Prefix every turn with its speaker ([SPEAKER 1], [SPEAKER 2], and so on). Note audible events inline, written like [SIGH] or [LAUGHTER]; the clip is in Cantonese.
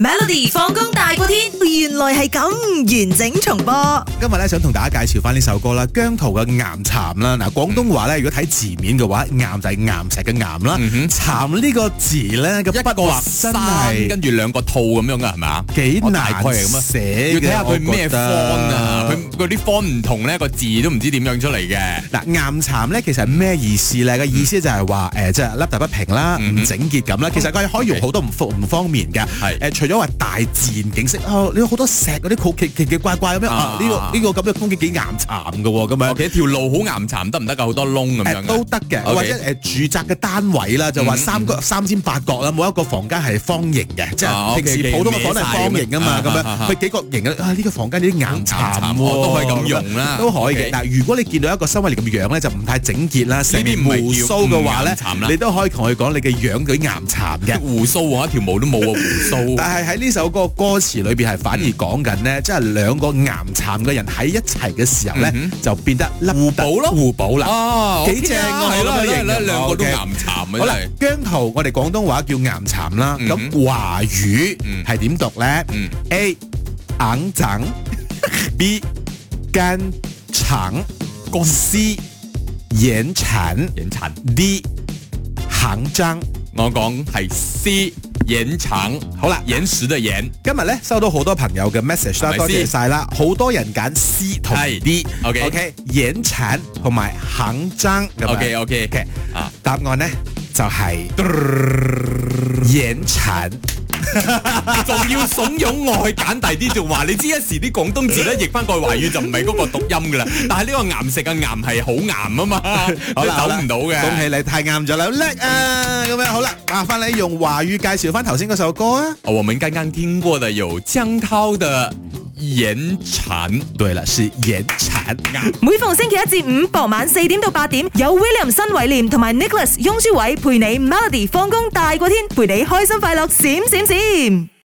[SPEAKER 1] Melody 放工大過天，原來係咁完整重播。
[SPEAKER 2] 今日咧想同大家介紹翻呢首歌啦，姜濤嘅《岩巉》啦。嗱，廣東話咧，
[SPEAKER 3] 嗯
[SPEAKER 2] 如果睇字面嘅話，岩就係岩石嘅岩啦，巉呢個字咧個
[SPEAKER 3] 一
[SPEAKER 2] 筆
[SPEAKER 3] 個
[SPEAKER 2] 畫真
[SPEAKER 3] 山
[SPEAKER 2] 係
[SPEAKER 3] 跟住兩個套咁樣噶係咪啊？
[SPEAKER 2] 幾
[SPEAKER 3] 我大
[SPEAKER 2] 難
[SPEAKER 3] 概係咁啊
[SPEAKER 2] 寫
[SPEAKER 3] 要睇下
[SPEAKER 2] 嘅我
[SPEAKER 3] 佢咩
[SPEAKER 2] 覺
[SPEAKER 3] font
[SPEAKER 2] 得
[SPEAKER 3] 啊，佢嗰啲 font 唔同咧，個字都唔知點樣出嚟嘅。
[SPEAKER 2] 嗱，岩巉咧其實係咩意思咧？個意思就係話誒，即係凹凸不平啦，
[SPEAKER 3] 嗯
[SPEAKER 2] 唔整潔咁啦。其實佢可以用
[SPEAKER 3] Okay
[SPEAKER 2] 好多唔方唔方面嘅。
[SPEAKER 3] 係
[SPEAKER 2] 誒，除咗話大自然景色哦，你有好多石嗰啲好奇奇奇怪怪咁樣啊
[SPEAKER 3] 啊，
[SPEAKER 2] 呢個呢個咁嘅風景幾岩巉嘅喎，咁樣
[SPEAKER 3] 其實哦條路好岩巉得唔得㗎？好多窿咁
[SPEAKER 2] 誒
[SPEAKER 3] 樣
[SPEAKER 2] 都
[SPEAKER 3] 㗎。
[SPEAKER 2] 得嘅，
[SPEAKER 3] OK
[SPEAKER 2] 或者誒住宅嘅單位啦，就話
[SPEAKER 3] 嗯
[SPEAKER 2] 三個三尖八角啦，每一個房間係方形嘅，即
[SPEAKER 3] 啊
[SPEAKER 2] 係平時
[SPEAKER 3] OK，OK，
[SPEAKER 2] 普通嘅房都係方形啊嘛，
[SPEAKER 3] 歪晒咁
[SPEAKER 2] 咁
[SPEAKER 3] 樣啊啊啊
[SPEAKER 2] 樣佢幾個形啊，啊呢個房間有啲岩巉
[SPEAKER 3] 巉
[SPEAKER 2] 喎，
[SPEAKER 3] 哦都可以咁用啦
[SPEAKER 2] 都可以嘅。
[SPEAKER 3] OK
[SPEAKER 2] 嗱，如果你見到一個身位你咁樣咧，就唔太整潔啦，成面
[SPEAKER 3] 啲唔係
[SPEAKER 2] 胡
[SPEAKER 3] 叫
[SPEAKER 2] 鬚嘅話咧
[SPEAKER 3] 唔岩巉啦，
[SPEAKER 2] 你都可以同佢講你嘅樣佢岩巉嘅。
[SPEAKER 3] 胡鬚我一條毛都冇啊！
[SPEAKER 2] [LAUGHS]
[SPEAKER 3] 胡鬚
[SPEAKER 2] 但係喺呢首歌歌詞裏邊係反而講緊呢，即係兩個岩巉嘅人喺一齊嘅時候呢，
[SPEAKER 3] 嗯
[SPEAKER 2] 就變得互
[SPEAKER 3] 補咯
[SPEAKER 2] 互補啦。
[SPEAKER 3] 啊
[SPEAKER 2] 幾正啊
[SPEAKER 3] 係啦
[SPEAKER 2] 我覺得
[SPEAKER 3] 係啦，
[SPEAKER 2] 型
[SPEAKER 3] 兩個都
[SPEAKER 2] OK
[SPEAKER 3] 岩巉啊！真
[SPEAKER 2] 好啦姜濤，
[SPEAKER 3] 係，
[SPEAKER 2] 我哋廣東話叫岩巉啦，
[SPEAKER 3] 嗯哼
[SPEAKER 2] 咁華語
[SPEAKER 3] 嗯
[SPEAKER 2] 係點讀咧
[SPEAKER 3] 嗯
[SPEAKER 2] ？A 硬整，B 肝橙，C 眼橙
[SPEAKER 3] 眼殘，
[SPEAKER 2] ，D 行張。
[SPEAKER 3] 我講係 C 眼橙，
[SPEAKER 2] 好啦，
[SPEAKER 3] 眼屎嘅眼
[SPEAKER 2] 今日咧收到好多朋友嘅 message 啦，
[SPEAKER 3] 係咪
[SPEAKER 2] 多謝
[SPEAKER 3] C？
[SPEAKER 2] 晒啦，好多人揀 C 同
[SPEAKER 3] 係
[SPEAKER 2] D。
[SPEAKER 3] OK
[SPEAKER 2] OK，眼橙同埋行張咁樣
[SPEAKER 3] OK OK
[SPEAKER 2] OK
[SPEAKER 3] 啊，
[SPEAKER 2] 答案咧就係、眼橙。
[SPEAKER 3] 仲要慫恿我去揀第啲，仲話你知一時啲廣東字咧譯翻過去華語就唔係嗰個讀音噶啦，但係呢個岩石嘅岩係好岩啊嘛，
[SPEAKER 2] [LAUGHS] 好
[SPEAKER 3] 你
[SPEAKER 2] 啦，好啦
[SPEAKER 3] 走唔到嘅。
[SPEAKER 2] 恭喜你太啱咗啦，叻啊！咁樣好啦，麻煩你用華語介紹翻頭先嗰首歌啊。
[SPEAKER 3] 哦我們剛剛聽過的有江濤的《眼巉》，
[SPEAKER 2] 對啦，是眼殘啱。
[SPEAKER 1] 每逢星期一至五傍晚四點到八點，有 William 新偉廉同埋 Nicholas 雍舒偉陪你 Melody 放工大過天，陪你開心快樂閃閃閃。